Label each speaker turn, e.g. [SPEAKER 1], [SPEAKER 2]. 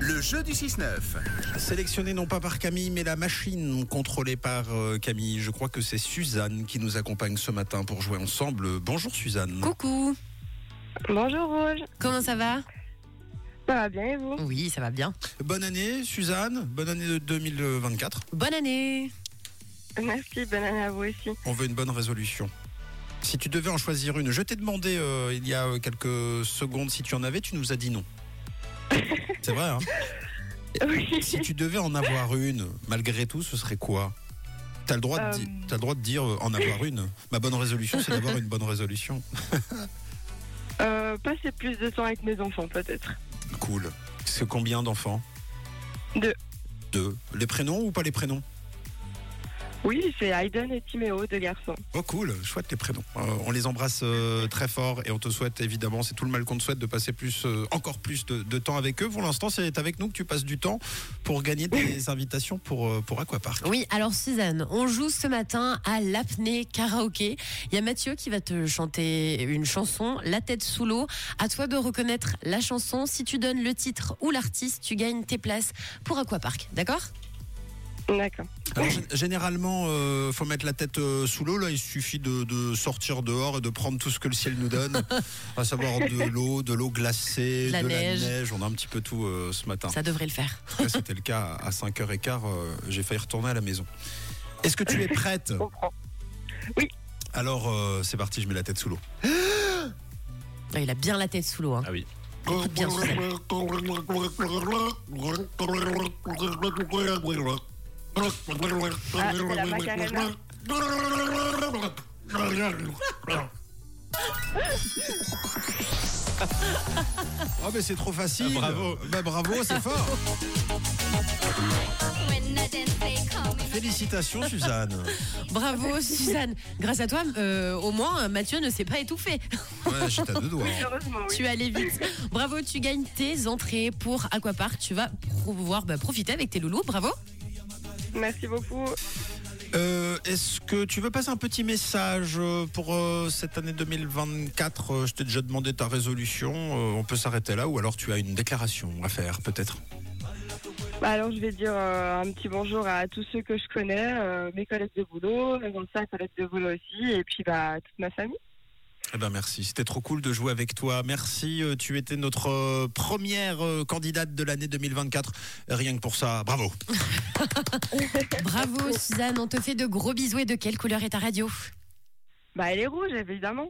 [SPEAKER 1] Le jeu du 6-9.
[SPEAKER 2] Sélectionné non pas par Camille, mais la machine contrôlée par euh, Camille. Je crois que c'est Suzanne qui nous accompagne ce matin pour jouer ensemble. Bonjour
[SPEAKER 3] Mm.
[SPEAKER 2] Suzanne.
[SPEAKER 3] Coucou,
[SPEAKER 4] Bonjour Rouge,
[SPEAKER 3] comment ça va
[SPEAKER 4] ça va bien et vous
[SPEAKER 3] Oui, ça va bien.
[SPEAKER 2] Bonne année Suzanne, bonne année de 2024.
[SPEAKER 3] Bonne année
[SPEAKER 4] Merci, bonne année à vous aussi.
[SPEAKER 2] On veut une bonne résolution. Si tu devais en choisir une, je t'ai demandé euh, il y a euh, quelques secondes si tu en avais, tu nous as dit non. C'est vrai, hein
[SPEAKER 4] Oui.
[SPEAKER 2] Si tu devais en avoir une, malgré tout, ce serait quoi T'as le, droit de
[SPEAKER 4] Euh.
[SPEAKER 2] di- t'as le droit de dire euh, en avoir une. Ma bonne résolution, c'est d'avoir une bonne résolution.
[SPEAKER 4] Euh, passer plus de temps avec mes enfants peut-être.
[SPEAKER 2] Cool. C'est combien d'enfants
[SPEAKER 4] Deux.
[SPEAKER 2] Deux. Les prénoms ou pas les prénoms
[SPEAKER 4] Oui, c'est Aiden et Timéo, deux garçons.
[SPEAKER 2] Oh cool, chouette les prénoms. Euh, on les embrasse euh, très fort et on te souhaite évidemment, c'est tout le mal qu'on te souhaite de passer plus, euh, encore plus de, de temps avec eux. Pour l'instant, c'est avec nous que tu passes du temps pour gagner des invitations pour, euh, pour Aquapark.
[SPEAKER 3] Oui, alors Suzanne, on joue ce matin à l'apnée karaoké. Il y a Mathieu qui va te chanter une chanson, La tête sous l'eau. À toi de reconnaître la chanson. Si tu donnes le titre ou l'artiste, tu gagnes tes places pour Aquapark, d'accord
[SPEAKER 4] D'accord.
[SPEAKER 2] Alors, gé- généralement, euh, faut mettre la tête euh, sous l'eau. Là, il suffit de, de sortir dehors et de prendre tout ce que le ciel nous donne, à savoir de l'eau, de l'eau glacée,
[SPEAKER 3] De la neige.
[SPEAKER 2] On a un petit peu tout euh, ce matin.
[SPEAKER 3] Ça devrait le faire.
[SPEAKER 2] En tout cas, C'était le cas à 5h15. euh, J'ai failli retourner à la maison. Est-ce que tu es prête
[SPEAKER 4] Je comprends.
[SPEAKER 2] Alors, euh, c'est parti, je mets la tête sous l'eau.
[SPEAKER 3] Ah, Il a bien la tête sous l'eau. hein.
[SPEAKER 2] Ah oui.
[SPEAKER 3] Écoute bien, Suzanne.
[SPEAKER 4] Ah, c'est la Macarena.
[SPEAKER 2] Oh, mais c'est trop facile.
[SPEAKER 5] Ah, bravo.
[SPEAKER 2] Bah, bravo, c'est fort. Félicitations, Suzanne.
[SPEAKER 3] Bravo Suzanne. Grâce à toi, euh, au moins Mathieu ne s'est pas étouffé.
[SPEAKER 2] Ouais, j'étais à deux doigts.
[SPEAKER 4] Heureusement, oui.
[SPEAKER 3] Tu es allé vite. Bravo, tu gagnes tes entrées pour Aquapark. Tu vas pouvoir bah, profiter avec tes loulous. Bravo.
[SPEAKER 4] Merci beaucoup.
[SPEAKER 2] Euh, Est-ce que tu veux passer un petit message euh, pour euh, cette année 2024 Euh, Je t'ai déjà demandé ta résolution. euh, on peut s'arrêter là ou alors tu as une déclaration à faire, peut-être.
[SPEAKER 4] Bah, alors je vais dire euh, un petit bonjour à tous ceux que je connais, euh, mes collègues de boulot, mes anciens collègues de boulot aussi, et puis bah, toute ma famille.
[SPEAKER 2] Eh ben merci. C'était trop cool de jouer avec toi. Merci. euh, tu étais notre euh, première euh, candidate de l'année 2024. Rien que pour ça, bravo.
[SPEAKER 3] Bravo, Suzanne. On te fait de gros bisous. Et de quelle couleur est ta radio
[SPEAKER 4] Bah elle est rouge évidemment.